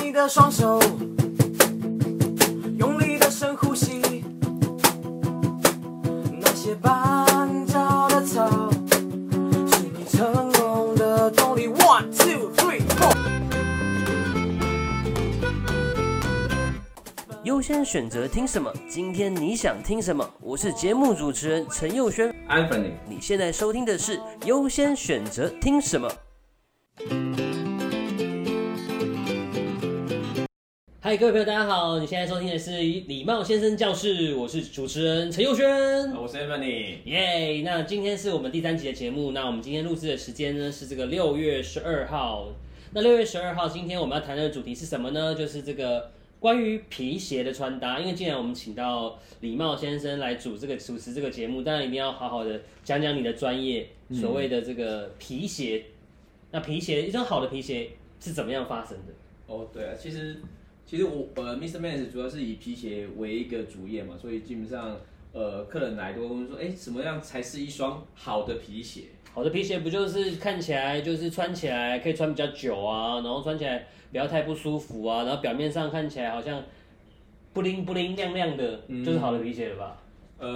你的双手，用力的深呼吸。那些绊倒的草，是你成功的动力。One two three four。优先选择听什么？今天你想听什么？我是节目主持人陈佑轩， Anthony，你现在收听的是优先选择听什么。嗨，各位朋友，大家好！你现在收听的是《礼貌先生教室》，我是主持人陈佑轩。哦我是 Anthony。耶那今天是我们第三集的节目，那我们今天录制的时间呢是这个六月十二号。那六月十二号，今天我们要谈的主题是什么呢？就是这个关于皮鞋的穿搭。因为既然我们请到礼貌先生来主这个主持这个节目，当然一定要好好的讲讲你的专业，所谓的这个皮鞋。那皮鞋一双好的皮鞋是怎么样发生的？哦，对啊，其实其实我呃，Mr. Mans 主要是以皮鞋为一个主业嘛，所以基本上呃，客人来都会问说，哎，怎么样才是一双好的皮鞋？好的皮鞋不就是看起来就是穿起来可以穿比较久啊，然后穿起来不要太不舒服啊，然后表面上看起来好像不灵不灵亮亮的，嗯就是好的皮鞋了吧？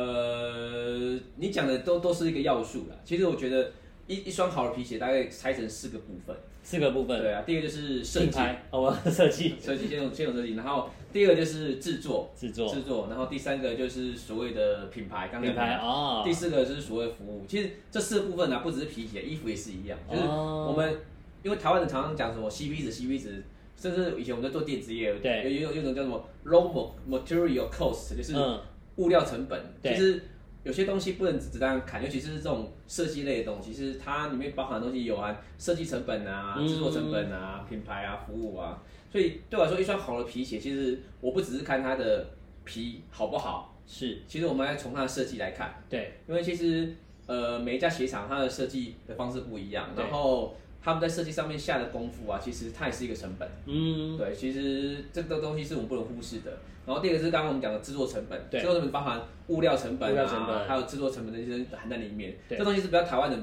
呃，你讲的都都是一个要素啦。其实我觉得一一双好的皮鞋大概拆成四个部分。四个部分，对啊，第一个就是设品计，牌，哦，我 要设计设计先从先从设计，然后第二个就是制作，制作制作，然后第三个就是所谓的品牌，刚才品牌啊第，四个就是所谓服务，其实这四个部分呢、啊不只是皮鞋，衣服也是一样，就是哦我们、因为台湾人常常讲什么 CP 值、CP 值，甚至以前我们在做电子业，对有有有一种叫什么 raw mo- material cost，就是嗯，物料成本。对其实有些东西不能只只这样砍，尤其是这种设计类的东西，其实它里面包含的东西有含设计成本啊、嗯制作成本啊、品牌啊、服务啊。所以对我来说，一双好的皮鞋，其实我不只是看它的皮好不好，是其实我们还从它的设计来看。对，因为其实呃每一家鞋厂它的设计的方式不一样，对然后他们在设计上面下的功夫啊，其实它也是一个成本。嗯，对，其实这个东西是我们不能忽视的。然后第二个是刚刚我们讲的制作成本，对制作成本包含物料成本啊，物料成本还有制作成本这些含在里面。对这东西是比较台湾的，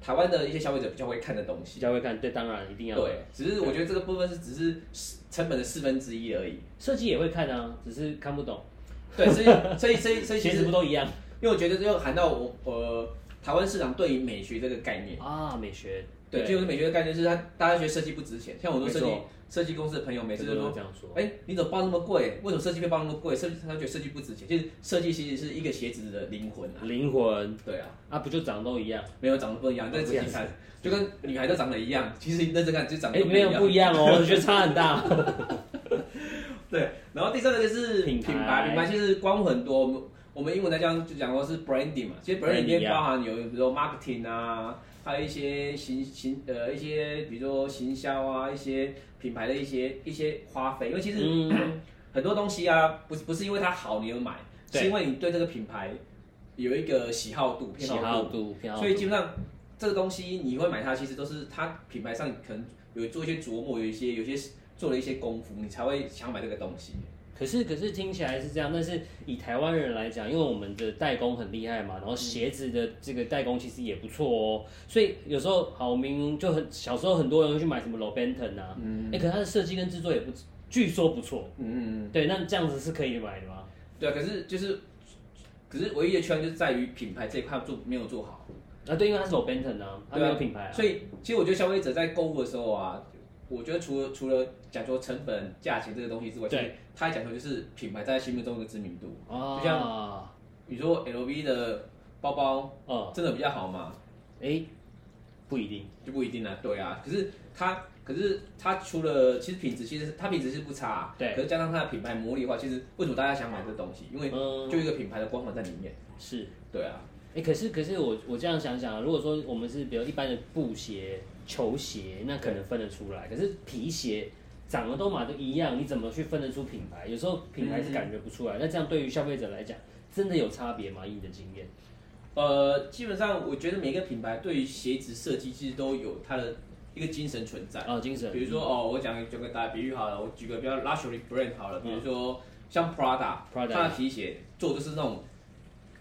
台湾的一些消费者比较会看的东比西。较会看，对，当然一定要的对，只是我觉得这个部分是只是成本的四分之一 而已。设计也会看啊，只是看不懂，对，所以所以所以所以其鞋实子不都一样因为我觉得就含到我呃台湾市场对于美学这个概念。啊？美学，对，就是美学的概念是他大家觉得设计不值钱，像我没做设计错设计公司的朋友，每次都很多人说这，样说，哎、你怎么报那么贵？为什么设计费报那么贵？设计他觉得设计不值钱，其实设计其实是一个鞋子的灵魂啊。灵魂对啊，啊，不就长得都一样？没有长得不一哦样，但仔细看，就跟女孩都长得一样，其实你认真看就长得哎，都不一没有样。不一样哦，我觉得差很大。 对，然后第三个就是品牌品牌，品牌其实光很多，我们我们英文来讲就讲过是 branding 嘛，其实 branding 里 Branding 面啊包含有比如说 marketing 啊，还有一些行行呃一些比如说行销啊，一些品牌的一些一些花费，因为其实嗯，很多东西啊，不是不是因为它好你而买，对是因为你对这个品牌有一个喜好度、喜偏好好度，偏好度所以基本上这个东西你会买它，其实都是它品牌上可能有做一些琢磨，有一些有一些做了一些功夫，你才会想买这个东西。可是可是听起来是这样，但是以台湾人来讲，因为我们的代工很厉害嘛，然后鞋子的这个代工其实也不错哦，所以有时候好，我们就很小时候很多人会去买什么 l o b e n t o n 啊，嗯，哎、可是它的设计跟制作也不，据说不错，嗯，对，那这样子是可以买的吗？对啊。可是就是，可是唯一的缺憾就是在于品牌这一块做没有做好。啊，对，因为它是 l o b e n t o n 啊，它没对有啊品牌啊，所以其实我觉得消费者在购物的时候啊，我觉得除了除了讲究成本、价钱这个东西之外，对其实他还讲究就是品牌在心目中的知名度。啊，就你说 LV 的包包哦，真的比较好吗？哎、不一定，就不一定了、对啊，可是它，可是它除了其实品质，其实它品质是不差、啊对可是加上它的品牌魔力的话，其实为什么大家想买这东西？因为嗯就一个品牌的光环在里面。是。对啊，哎、可是可是我我这样想想啊，如果说我们是比如一般的布鞋、球鞋，那可能分得出来。可是皮鞋长得都嘛都一样，你怎么去分得出品牌？有时候品嗯牌是感觉不出来。那这样对于消费者来讲，真的有差别吗？以你的经验，呃，基本上我觉得每个品牌对于鞋子设计其实都有它的一个精神存在。啊、精神，比如说哦，我讲讲个打比喻好了，我举个比较 luxury brand 好了，比如说像 Prada，它嗯 Prada 的皮鞋做的就是那种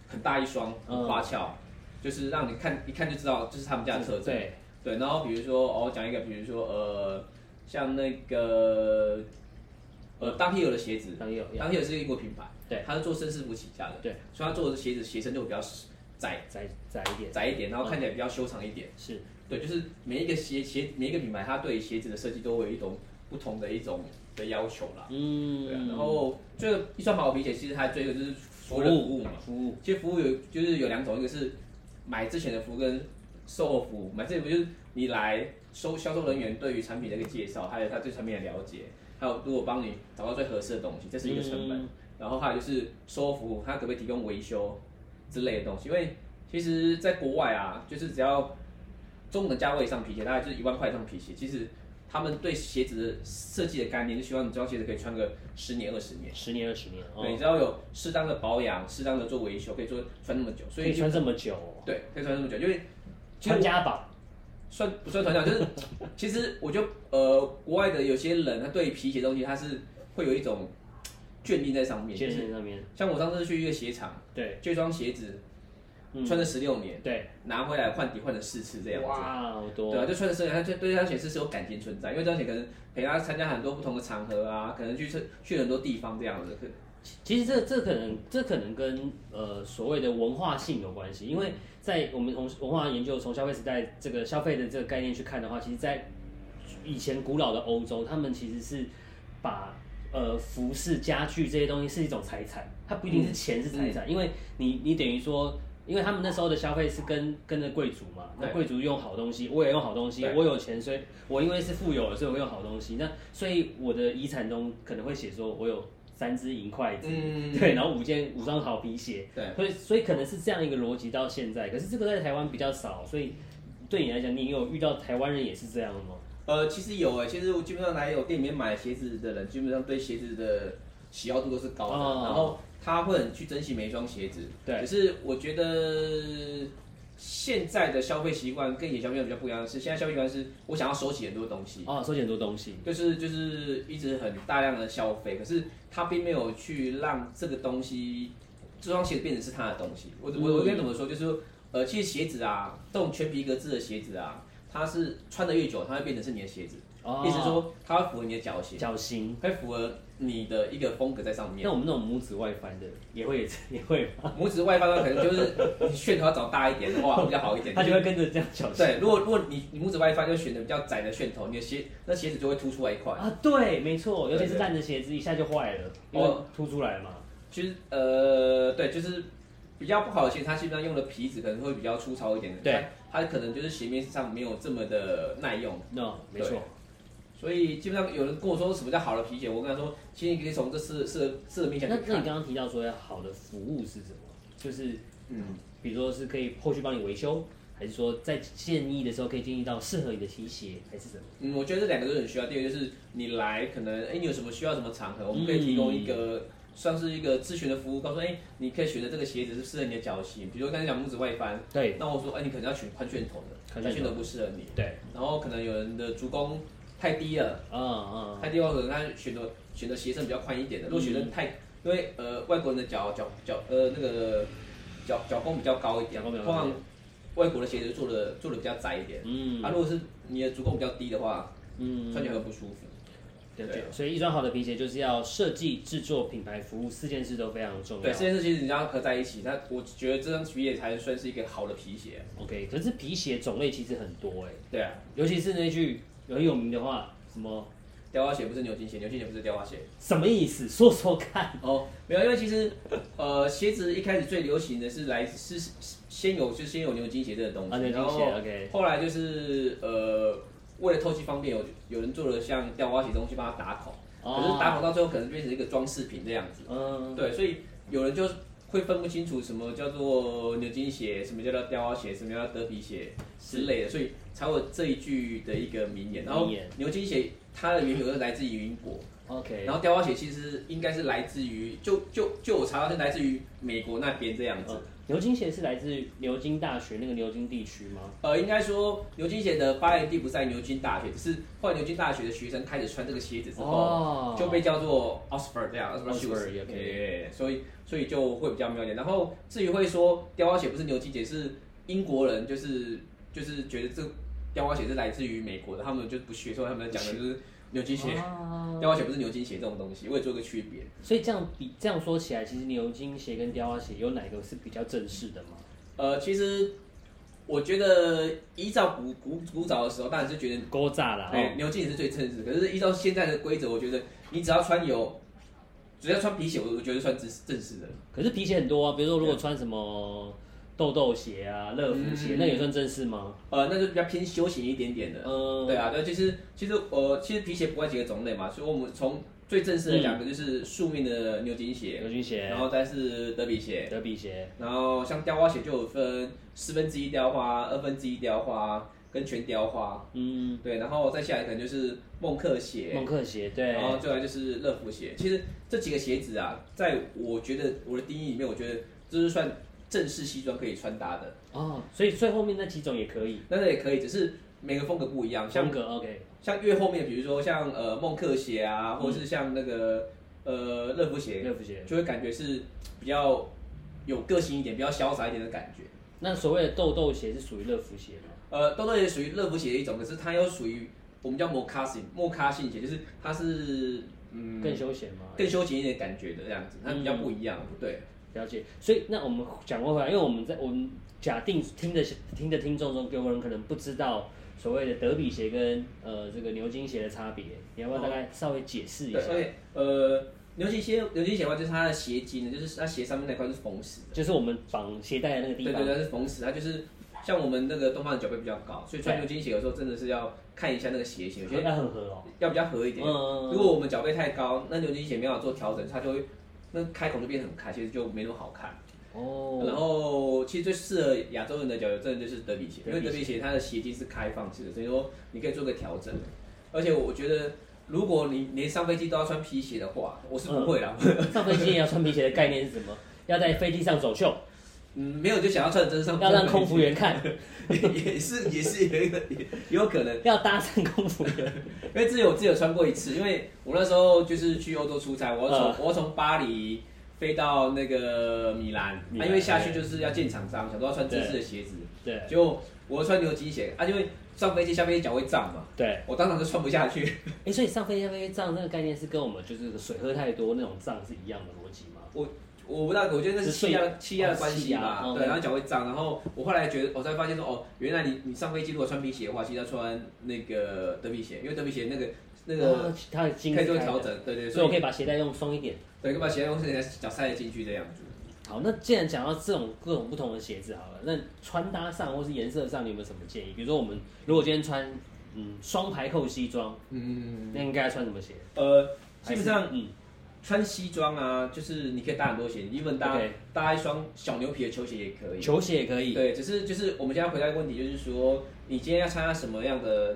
很大一双，嗯很花俏，就是让你看一看就知道这是他们家的特征。对，对，然后比如说哦，我讲一个，比如说呃，像那个呃，当 Hero 的鞋子，当 Hero，当 Hero 是一个英国品牌，对，它是做绅士服起家的，对，所以它做的鞋子鞋身就比较窄窄窄一点，窄一点，然后看起来比较修长一点。是对，啊就是每一个鞋鞋每一个品牌，它对鞋子的设计都会有一种不同的一种的要求啦。嗯，对啊，然后这个一双薄皮鞋，其实它最后就是服所有的服务务嘛。服务其实服务有就是有两种，一个是买之前的服务跟售后服务。买之前服务就是你来收销售人员对于产品的一个介绍，还有他对产品的了解，还有如果帮你找到最合适的东西，这是一个成本。嗯然后还有就是售后服务，他可不可以提供维修之类的东西？因为其实在国外啊，就是只要中等价位以上皮鞋，大概就是一万块以上皮鞋，其实。他们对鞋子的设计的概念，就希望你这双鞋子可以穿个十年二十年。十年二十年哦对，，你只要有适当的保养，适当的做维修，可以做穿那么久，所可以以就穿这么久哦，对，可以穿那么久，因为其实传家宝算不算传讲，就是 其实我觉得呃，国外的有些人他对皮鞋东西他是会有一种眷恋在上面，健身上面像我上次去一个鞋厂，对，这双鞋子嗯穿了十六年，对，拿回来换底换了四次这样子。哇，好多对啊，就穿着这个，他就对这双鞋是是有感情存在，因为这双鞋可能陪他参加很多不同的场合啊，可能去去很多地方这样子。可其实这这可能这可能跟呃所谓的文化性有关系，因为在我们从文化研究从消费时代这个消费的这个概念去看的话，其实，在以前古老的欧洲，他们其实是把呃服饰、家具这些东西是一种财产，它不一定是钱是财产，因为你你等于说。因为他们那时候的消费是跟跟着贵族嘛，那对贵族用好东西，我也用好东西，对我有钱，所以我因为是富有了，所以我用好东西。那所以我的遗产中可能会写说我有三只银筷子，嗯，对，然后五件五双好皮鞋，对，所以所以可能是这样一个逻辑到现在，可是这个在台湾比较少，所以对你来讲，你有遇到台湾人也是这样的吗？呃，其实有哎、其实我基本上来有店里面买鞋子的人，基本上对鞋子的喜好度都是高的，哦然后他会很去珍惜每一双鞋子。对只是我觉得现在的消费习惯跟以前消费习惯比较不一样的是，现在消费习惯是我想要收集很多东西，哦，收集很多东西，就是就是一直很大量的消费，可是他并没有去让这个东西，这双鞋子变成是他的东西。我我我嗯该怎么说？就是说呃，其实鞋子啊，这种全皮革制的鞋子啊，它是穿的越久，它会变成是你的鞋子。哦，意思说它会符合你的脚型，脚型，会符合你的一个风格在上面那。我们那种拇指外翻的也会也会吗，拇指外翻的话，可能 就是你楦头要找大一点的话比较好一点。他就会跟着这样脚型。对，如果如果你你拇指外翻就选的比较窄的楦头，你的鞋那鞋子就会凸出来一块。啊，对，没错，尤其是对对烂的鞋子一下就坏了，因为哦凸出来嘛。其实呃，对，就是比较不好的鞋，它基本上用的皮子可能会比较粗糙一点的，对它，它可能就是鞋面上没有这么的耐用。那没错，所以基本上有人跟我说什么叫好的皮鞋，我跟他说，其实你可以从这四四四个面那那向去你看刚。刚提到说要好的服务是什么？就是嗯，比如说是可以后续帮你维修，还是说在建议的时候可以建议到适合你的皮鞋，还是什么？嗯，我觉得这两个都很需要。第一个就是你来，可能哎，你有什么需要什么场合，我们可以提供一个、嗯算是一个咨询的服务，告诉哎，你可以选择这个鞋子是适合你的脚型。比如说刚才讲拇指外翻，对那我说哎，你可能要选宽楦头的，宽楦头宽楦头不适合你。对，然后可能有人的足弓太低了，啊啊，太低的话可能他选择选择鞋身比较宽一点的。如果选择嗯太，因为呃外国人的脚脚脚呃那个脚脚弓比较高一点，脚弓比较通高常外国的鞋子做的做的比较窄一点。嗯啊，如果是你的足弓比较低的话，嗯，穿起来会不舒服。了解。啊所以一双好的皮鞋就是要设计、制作、品牌、服务四件事都非常重要。对，这件事其实你要合在一起，那我觉得这双皮鞋才算是一个好的皮鞋。 OK，可是皮鞋种类其实很多哎、对啊，尤其是那句很有名的话，什么雕花鞋不是牛津鞋，牛津鞋不是雕花鞋。什么意思？说说看。哦，没有，因为其实呃，鞋子一开始最流行的是来是是先有就先有牛津鞋这个东西，啊牛津鞋然后 OK 后来就是呃，为了透气方便，有有人做了像雕花鞋东西帮它打孔，哦可是打孔到最后可能变成一个装饰品这样子。嗯，对，所以有人就会分不清楚什么叫做牛津鞋，什么叫做雕花鞋，什么叫做德比鞋之类的，所以才有这一句的一个名言。然后名言牛津鞋它的源头是来自于英国， ，OK，然后雕花鞋其实应该是来自于，就就就我查到是来自于美国那边这样子嗯。牛津鞋是来自牛津大学那个牛津地区吗？呃，应该说牛津鞋的发源地不在牛津大学，只是后来牛津大学的学生开始穿这个鞋子之后，哦就被叫做 Oxford 这样 Oxford Oxford， shoes，也可以对，哎所以所以就会比较妙一点。然后至于会说雕花鞋不是牛津鞋，是英国人就是就是觉得这雕花鞋是来自于美国的，他们就不屑，所以他们讲的就是牛津鞋。哦雕花鞋不是牛津鞋这种东西，我也做一个区别。所以这样比这样说起来，其实牛津鞋跟雕花鞋有哪个是比较正式的吗？呃，其实我觉得依照古古古早的时候，当然是觉得勾炸啦，哎、哦，牛津也是最正式。可是依照现在的规则，我觉得你只要穿有，只要穿皮鞋，我我觉得算正正式的。可是皮鞋很多啊，比如说如果穿什么豆豆鞋啊、乐福鞋，嗯那也算正式吗？呃，那就比较偏休闲一点点的。嗯，对啊，那其实其实呃，其实皮鞋不外几个种类嘛，所以我们从最正式的嗯讲的就是素面的牛津鞋，牛津鞋然、后再是德比鞋，德比鞋，然后像雕花鞋就有分四分之一雕花、二分之一雕花跟全雕花，嗯，对，然后再下来可能就是孟克鞋，孟克鞋，对，然后再来就是乐福鞋。其实这几个鞋子啊，在我觉得我的定义里面，我觉得这是算正式西装可以穿搭的，哦，所以最后面那几种也可以，那也可以，只是每个风格不一样。像风格 OK，像越后面，比如说像呃孟克鞋啊，或者是像那个呃乐福鞋，乐福鞋。就会感觉是比较有个性一点、比较潇洒一点的感觉。那所谓的豆豆鞋是属于乐福鞋吗？呃，豆豆也属于乐福鞋的一种，可是它又属于我们叫摩卡型、摩卡性鞋，就是它是嗯更休闲吗？更休闲一点的感觉的这样子，它比较不一样，嗯对。了解，所以那我们讲过回来，因为我们在我们假定听的听的听众中，有人可能不知道所谓的德比鞋跟呃这个牛津鞋的差别，你要不要大概稍微解释一对，下？所以呃，牛津鞋牛津鞋的话，就是它的鞋筋，就是它鞋上面那块是缝死的。就是我们绑鞋带的那个地对方，对对，它是缝死，它就是像我们那个东方人脚背比较高，所以穿对牛津鞋有时候真的是要看一下那个鞋型，有些要很合哦。要比较合一点。嗯如果我们脚背太高，那牛津鞋没办法做调整，它就会那开口就变得很开，其实就没那么好看。然哦，后其实最适合亚洲人的脚，真的就是德比鞋，因为德德比比鞋它的鞋底是开放式的，所以说你可以做个调整。而且我觉得，如果你连上飞机都要穿皮鞋的话，我是不会啦。上飞机也要穿皮鞋的概念是什么？要在飞机上走秀，嗯，没有就想要穿真上，要让空服员看，也是也是有一个也有可能，要搭讪空服员。因为之前我自己有穿过一次，因为我那时候就是去欧洲出差，我要嗯从、我要从巴黎飞到那个米兰，啊米兰哎因为下去就是要见厂商，想说要穿正式的鞋子，对结果我穿牛津鞋，啊，因为上飞机下飞机脚会胀嘛，对，我当场就穿不下去。哎、所以上飞机上飞机胀那个概念是跟我们就是水喝太多那种胀是一样的逻辑吗？我不知道，我觉得那是气是压睡气压的关系吧，哦气压嗯对，然后脚会胀，然后我后来觉得，我才发现说，哦，原来你你上飞机如果穿皮鞋的话，其实要穿那个德比鞋，因为德比鞋那个那个啊它的筋可以做是开的调整，对对，所以我可以以把鞋带用松一点。对，可以把鞋用人家脚塞得进去这样子。好，那既然讲到这种各种不同的鞋子好了，那穿搭上或是颜色上，你有没有什么建议？比如说我们如果今天穿嗯双排扣西装，嗯，那应该穿什么鞋？呃，基本还上是嗯穿西装啊，就是你可以搭很多鞋，你 even 搭 OK 搭一双小牛皮的球鞋也可以。球鞋也可以。对，只是就是我们现在回答一个问题，就是说你今天要参加什么样的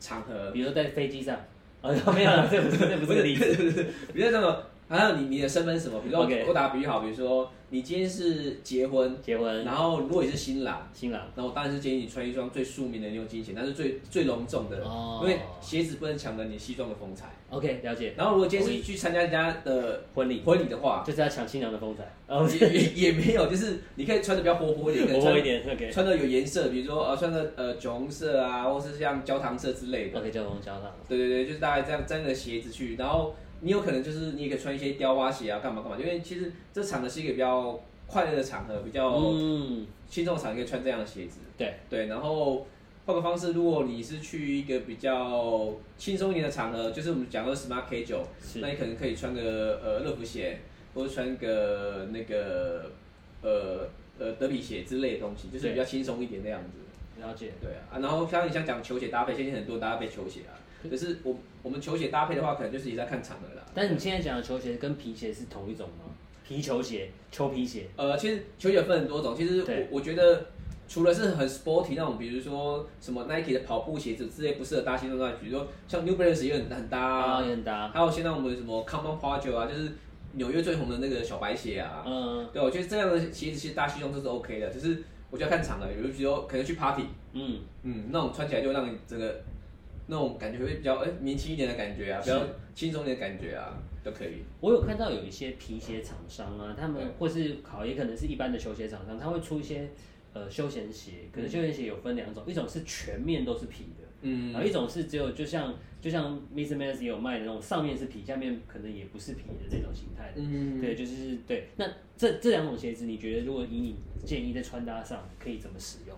场 合？比如说在飞机上，哦没有了，这不是这不是个例 子。比如说那种，还有你你的身份是什么？比如说 OK 我打比喻好，比如说你今天是结婚，结婚，然后如果你是新郎，新郎，那我当然是建议你穿一双最庶民的牛津鞋，但是最最隆重的，哦因为鞋子不能抢了你西装的风采。 OK，了解。然后如果今天是去参加人家的婚礼婚礼的话，就是要抢新娘的风采， 哦，也也也没有，就是你可以穿的比较活泼 一点，可能活穿泼一点，OK。穿的有颜色，比如说呃穿的呃酒红色啊，或是像焦糖色之类的。 OK，交通交上了。对对对，就是大概这样这样的鞋子去，然后你有可能就是你也可以穿一些雕花鞋啊，干嘛干嘛，因为其实这场合是一个比较快乐的场合，比较嗯，轻松的场合可以穿这样的鞋子。对，对，然后换个方式，如果你是去一个比较轻松一点的场合，就是我们讲到 smart casual，是那你可能可以穿个呃乐福鞋，或者穿个那个呃呃德比鞋之类的东西，就是比较轻松一点的样子。了解。对啊，啊然后像你想讲球鞋搭配，现在很多搭配球鞋啊，可是我我们球鞋搭配的话，可能就是也在看场合啦。但是你现在讲的球鞋跟皮鞋是同一种吗？皮球鞋、球皮鞋，呃，其实球鞋分很多种，其实对我我觉得除了是很 sporty 那种，比如说什么 Nike 的跑步鞋子之类不适合搭西装之外，比如说像 New Balance 也很很搭啊，啊，也很搭。还有现在我们什么 Common Project 啊，就是纽约最红的那个小白鞋啊，嗯对，我觉得这样的鞋子其实搭西装都是 OK 的，只是我觉得看场合，有比如说可能去 party，嗯，嗯，那种穿起来就让你整个那种感觉会比较哎、年轻一点的感觉啊，比较是轻松一点的感觉啊，都可以。我有看到有一些皮鞋厂商啊，他们对或是好，也可能是一般的球鞋厂商，他会出一些呃休闲鞋，可是休闲鞋有分两种，一种是全面都是皮的，嗯然后一种是只有就像就像 Mr. Mans 也有卖的那种上面是皮，下面可能也不是皮的那种形态的。嗯，对，就是对。那这这两种鞋子，你觉得如果以你建议在穿搭上可以怎么使用？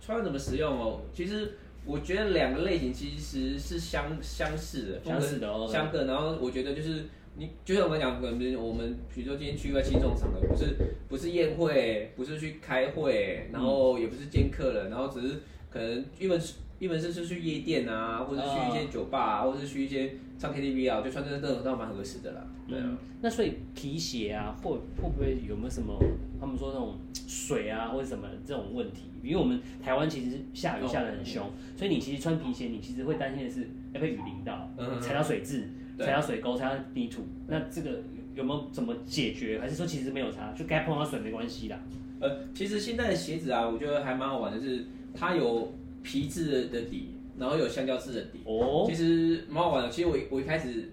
穿怎么使用哦？其实我觉得两个类型其实是相相似的，相似的哦相克。然嗯后我觉得就是你，就像我们讲，可能我们比如说今天去一个轻重场合，不是不是宴会，不是去开会，然后也不是见客人，然后只是可能一门是一门是是去夜店啊，或者去一些酒吧、啊，或者是去一些唱 KTV 啊，就穿这这种倒蛮合适的啦。对啊。那所以皮鞋啊，会会不会有没有什么他们说那种水啊或者什么这种问题？因为我们台湾其实下雨下得很哦凶，所以你其实穿皮鞋，你其实会担心的是要被雨淋到，嗯踩到水渍，对踩到水沟，踩到泥土。那这个有有没有怎么解决？还是说其实没有差，就该碰到水没关系啦？呃，其实现在的鞋子啊，我觉得还蛮好玩的是，它有皮质的底，然后有橡胶质的底。哦其，实蛮好玩的。其实我一我一开始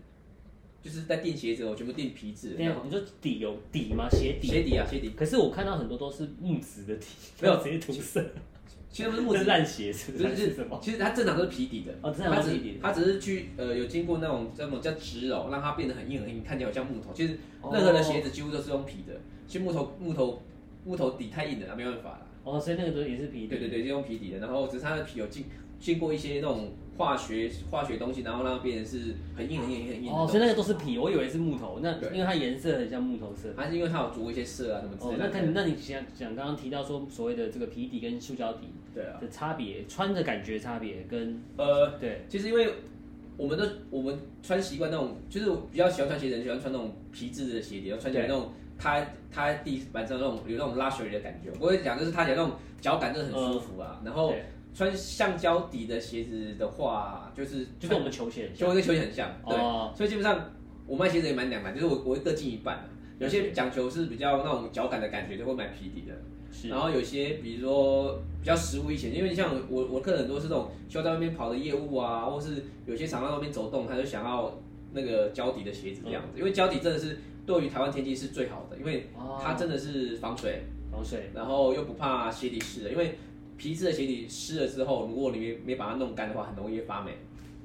就是在订鞋子，我全部订皮质的，这样啊你说底有底吗？鞋底。鞋底啊鞋底，可是我看到很多都是木质的底，没有 直接涂色，其实不是木质，烂鞋是不？就是是 还是什么？其实它正常都是皮底的，哦正常它都是只皮底的它只是去呃有经过那种那种叫植鞣，让它变得很硬很硬，看起来好像木头。其实哦任何的鞋子几乎都是用皮的，其实木头木头木头底太硬了，没办法啦。哦，所以那个都也是皮底。对对对，就用皮底的，然后只是它的皮有经经过一些那种化学化学东西，然后让它变成是很硬很硬很硬的哦，东所西。以那个都是皮，我以为是木头，那对因为它颜色很像木头色。还是因为它有着一些色啊什么之哦，类的。那看那你想讲刚刚提到说所谓的这个皮底跟塑胶底对啊，的差别，穿的感觉差别跟呃，对其实因为我们都我们穿习惯那种，就是我比较喜欢穿鞋的人喜欢穿那种皮质的鞋底，然后穿起来那种踏踏在地板上那种有那种拉水的感觉。我会讲就是踏起来那种脚感真的很舒服啊。然后对穿橡胶底的鞋子的话，就是就跟我们球鞋很像就跟球鞋很像，对。哦，所以基本上我卖鞋子也蛮两难，就是我我会各进一半啊、有些讲求是比较那种脚感的感觉，就会买皮底的。是然后有些比如说比较实务一些，因为像我我客人都是那种需要在外面跑的业务啊，或是有些常在外面走动，他就想要那个胶底的鞋子这样子，因为胶底真的是对于台湾天气是最好的，因为哦它真的是防水，防水然后又不怕鞋底湿了，因为皮质的鞋底湿了之后，如果你没没把它弄干的话，很容易发霉。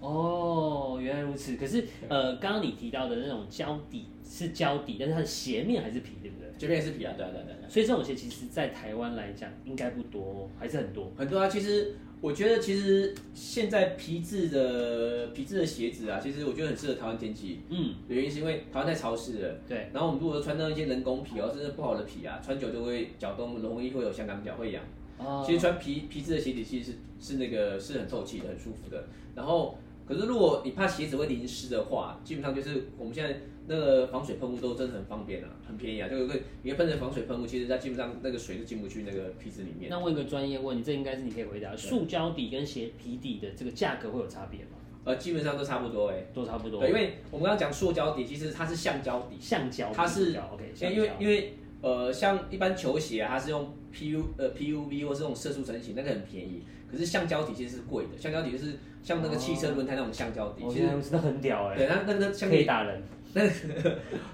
哦，原来如此。可是呃，刚刚你提到的那种胶底是胶底，但是它的鞋面还是皮，对不对？这边也是皮啊，对啊对啊对啊对啊所以这种鞋其实，在台湾来讲应该不多，还是很多。很多啊，其实我觉得，其实现在皮质的皮质的鞋子啊，其实我觉得很适合台湾天气。嗯，原因是因为台湾太潮湿了，对，然后我们如果穿到一些人工皮哦，甚至不好的皮啊，穿久就会脚都容易会有香港脚会痒。哦，其实穿皮皮质的鞋底其实是是那个是很透气的，很舒服的。然后，可是如果你怕鞋子会淋湿的话，基本上就是我们现在那个防水喷雾都真的很方便啊，很便宜啊，就有个一个喷的防水喷雾，其实它基本上那个水就进不去那个皮质里面。那问一个专业问题，这应该是你可以回答：塑胶底跟鞋皮底的这个价格会有差别吗？呃，基本上都差不多哎、都差不多。对，因为我们刚刚讲塑胶底，其实它是橡胶底，橡胶比较，它是 OK，因橡为胶因为因为呃，像一般球鞋、啊、它是用 PU 呃 PUV 或是这种色素成型，那个很便宜。可是橡胶底其实是贵的，橡胶底就是像那个汽车轮胎那种橡胶底，我其觉实得真的很屌哎、对它那个橡哦可胶以底打人，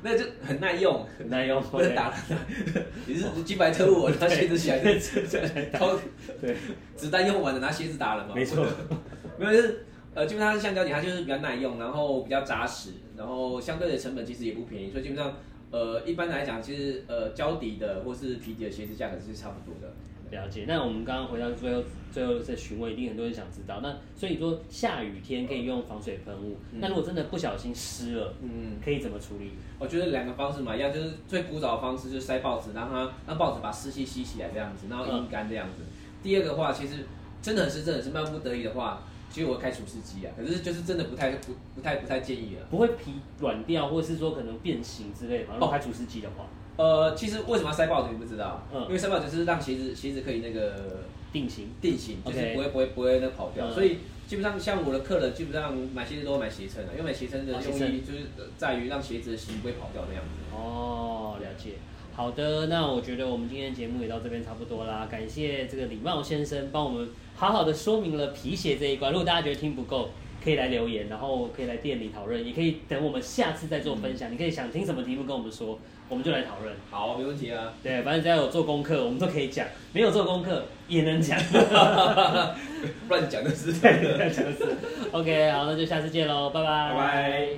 那就很耐用，很耐 用。不能打人。 你是几百特务，我拿鞋子起来，掏哦 对，子弹用完了拿鞋子打人嘛？没错，没有，就是呃，基本上是橡胶底，它就是比较耐用，然后比较扎实，然后相对的成本其实也不便宜，所以基本上呃，一般来讲，其实呃，胶底的或是皮底的鞋子价格是差不多的。 了解。那我们刚刚回到最后，最后再询问，一定很多人想知道。那所以说，下雨天可以用防水喷雾，那如果真的不小心湿了，嗯，可以怎么处理？我觉得两个方式嘛，一样就是最古早的方式，就是塞报纸，让它让报纸把湿气吸起来这样子，然后阴干这样子。第二个话，其实真的很是真的是漫不得已的话，其实我开除湿机啊，可是就是真的不太不不太不太建议了。不会皮软掉，或是说可能变形之类嘛？如果开除湿机的话，呃，其实为什么要塞报纸，你不知道？嗯因为塞报纸是让鞋子鞋子可以那个定型。定型，就是 OK 不会不会不会那跑掉。嗯所以基本上像我的客人，基本上买鞋子都会买鞋撑的，因为买鞋撑的哦用鞋意撑就是在于让鞋子的型不会跑掉那样子。哦，了解。好的，那我觉得我们今天的节目也到这边差不多啦。感谢这个李茂先生帮我们好好的说明了皮鞋这一关。如果大家觉得听不够，可以来留言，然后可以来店里讨论，也可以等我们下次再做分享。你可以想听什么题目跟我们说，我们就来讨论。好，没问题啊。对，反正只要有做功课，我们都可以讲；没有做功课也能讲。 乱讲的是 对，就是 OK，好，那就下次见喽，拜拜，拜拜。